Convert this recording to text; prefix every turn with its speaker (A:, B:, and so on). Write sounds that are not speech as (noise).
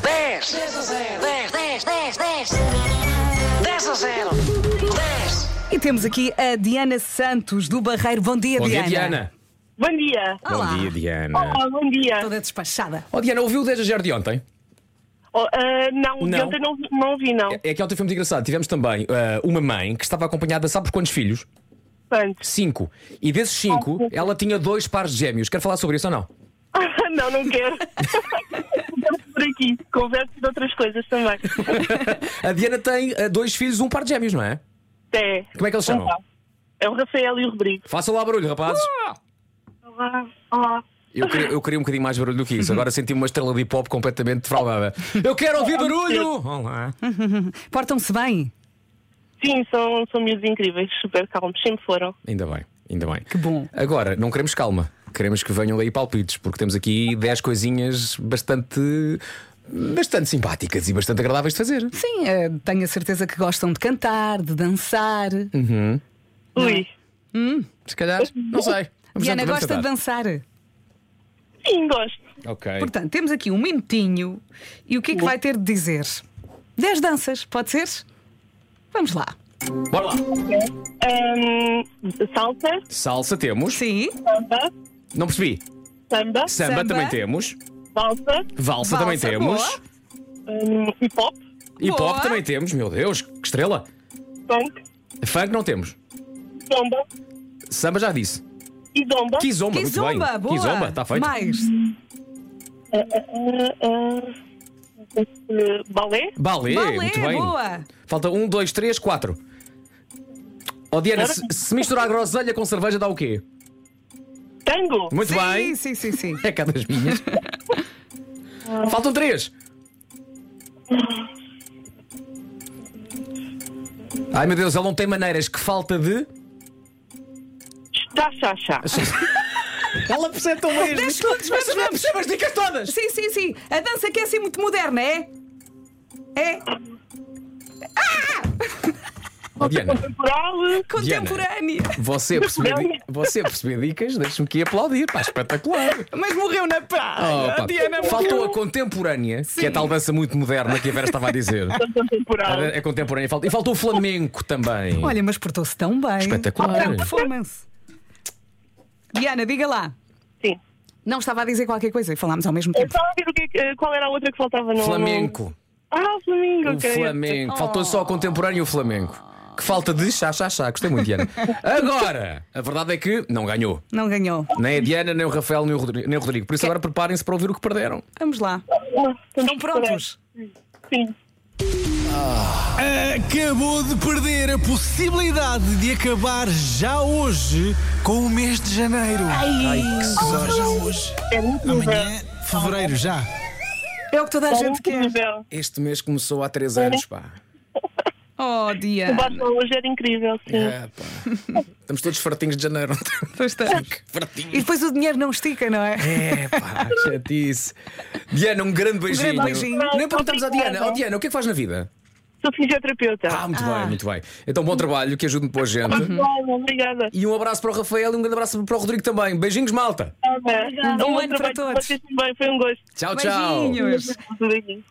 A: 10, 10 a 0. 10, 10, 10, 10. 10 a 0. 10.
B: E temos aqui a Diana Santos do Barreiro. Bom dia,
C: Bom dia,
B: Diana.
C: Diana.
D: Bom dia.
B: Olá.
C: Bom dia, Diana.
D: Olá, bom dia.
B: Toda despachada.
C: Oh, Diana, ouviu o 10 a 0 de ontem?
D: Oh, ah, não,
C: Não.
D: de ontem não, vi- não ouvi, não.
C: É que ontem foi muito engraçado. Tivemos também ah, uma mãe que estava acompanhada, sabe por quantos filhos?
D: Portanto,
C: Cinco. E desses cinco, ela tinha dois pares de gêmeos. Quer falar sobre isso ou não?
D: (laughs) não, não quero. Ficamos por aqui. Converso de outras coisas também.
C: A Diana tem ah, dois filhos, um par de gêmeos, não é?
D: Até.
C: Como é que eles chamam?
D: Olá. É o Rafael e o Rodrigo.
C: Façam lá barulho, rapazes.
D: Olá. Olá.
C: Eu queria, eu queria um bocadinho mais barulho do que isso. Agora senti uma estrela de hip hop completamente defraudada. Eu quero ouvir barulho! (laughs) Olá.
B: Portam-se bem?
D: Sim, são, são miúdos incríveis, super calmos, sempre foram.
C: Ainda bem, ainda bem. Que
B: bom.
C: Agora, não queremos calma. Queremos que venham daí palpites, porque temos aqui 10 coisinhas bastante. Bastante simpáticas e bastante agradáveis de fazer.
B: Sim, eh, tenho a certeza que gostam de cantar, de dançar.
C: Hum,
D: Ui.
C: Se calhar, não sei. Vamos
B: Diana
C: tentar, vamos
B: gosta de
C: tentar.
B: dançar.
D: Sim, gosto.
C: Ok.
B: Portanto, temos aqui um minutinho e o que é que vai ter de dizer? 10 danças, pode ser? Vamos lá.
C: Bora lá.
D: Ahm, salsa,
C: Salsa temos.
B: Sim,
D: samba,
C: Não percebi. Samba,
D: samba,
B: Samba.
C: também temos.
D: valsa,
C: Valsa, também
B: Valsa,
C: temos.
B: boa.
D: ahm, hip hop,
C: Hip hop
B: Boa.
C: também temos. Meu Deus, que estrela.
D: funk,
C: Funk não temos.
D: zomba
C: Samba já disse.
D: e zomba.
C: Kizomba, muito
B: Kizomba,
C: bem.
B: boa.
C: Kizomba, está feito.
B: Mais.
D: Ah, ah, ah, ah, balé,
C: Balé,
B: Balé,
C: muito bem.
B: boa.
C: Falta um, dois, três, quatro. Oh, Diana, se, se misturar groselha com cerveja dá o quê?
D: tango.
C: Muito
B: sim,
C: bem.
B: sim, sim, sim.
C: É cá das minhas.
B: Ah.
C: Faltam três. Ai meu Deus, ele não tem maneiras. Que falta de.
D: Chá, chá, chá.
C: Ela percebe tão bem. as
B: Dez
C: dicas.
B: segundos,
C: Mas
B: vamos,
C: não
B: vamos.
C: percebe as dicas todas.
B: Sim, sim, sim. A dança que é assim muito moderna, é? É
C: Oh, Diana,
D: Temporal. eh,
B: contemporânea.
C: você percebeu, di- você percebeu dicas? Deixa-me aqui aplaudir. Pá, espetacular.
B: Mas morreu na praia.
C: Oh, pá,
B: Diana
C: faltou a contemporânea, que é a tal dança muito moderna que a Vera estava a dizer.
D: Contemporal.
C: É contemporânea. Falta- E faltou o flamenco também.
B: Olha, mas portou-se tão bem.
C: Espetacular.
B: Olha, performance. Diana, diga lá.
D: Sim.
B: Não estava a dizer qualquer coisa e falámos ao mesmo
D: Eu
B: tempo.
D: estava a ver o que, é que- eh, qual era a outra que faltava no.
C: Flamenco.
D: Ah, o Flamengo,
C: O
D: ok.
C: flamenco. Faltou só o contemporâneo e o flamengo. Que falta de chá, chá, chá. Gostei muito, Diana. Agora, a verdade é que não ganhou.
B: Não ganhou.
C: Nem a Diana, nem o Rafael, nem o Rodrigo. nem o Rodrigo. Por isso agora preparem-se para ouvir o que perderam.
B: Vamos lá.
D: Ah,
B: Estão prontos?
D: Sim.
E: Acabou de perder a possibilidade de acabar já hoje com o mês de janeiro. Ai, que sorte já hoje.
D: É muito nível.
E: Amanhã, fevereiro já.
B: É o que toda a
D: É
B: gente
D: muito
B: quer.
D: nível.
C: Este mês começou há três anos, pá.
B: Oh,
D: O
B: Diana.
D: Barça hoje era incrível, sim.
C: É, pá. Estamos todos fartinhos de janeiro.
B: Pois está. E depois o dinheiro não estica, não é?
C: É, pá, chatice. Diana, um grande beijinho.
B: beijinho.
C: Nem perguntamos à Diana.
D: Obrigada.
C: Oh, Diana, o que é que faz na vida?
D: Sou fisioterapeuta.
C: Ah, muito
B: Ah.
C: bem, muito bem. Então, bom trabalho, que ajude-me para a gente.
D: Olha, Obrigada.
C: E um abraço para o Rafael e um grande abraço para o Rodrigo também. Beijinhos, malta.
D: Obrigada.
B: bom
D: Um bom
B: ano para
D: trabalho
B: todos.
D: vocês também. Foi um gosto.
C: Tchau, tchau.
B: Beijinhos.
D: Tudo aqui.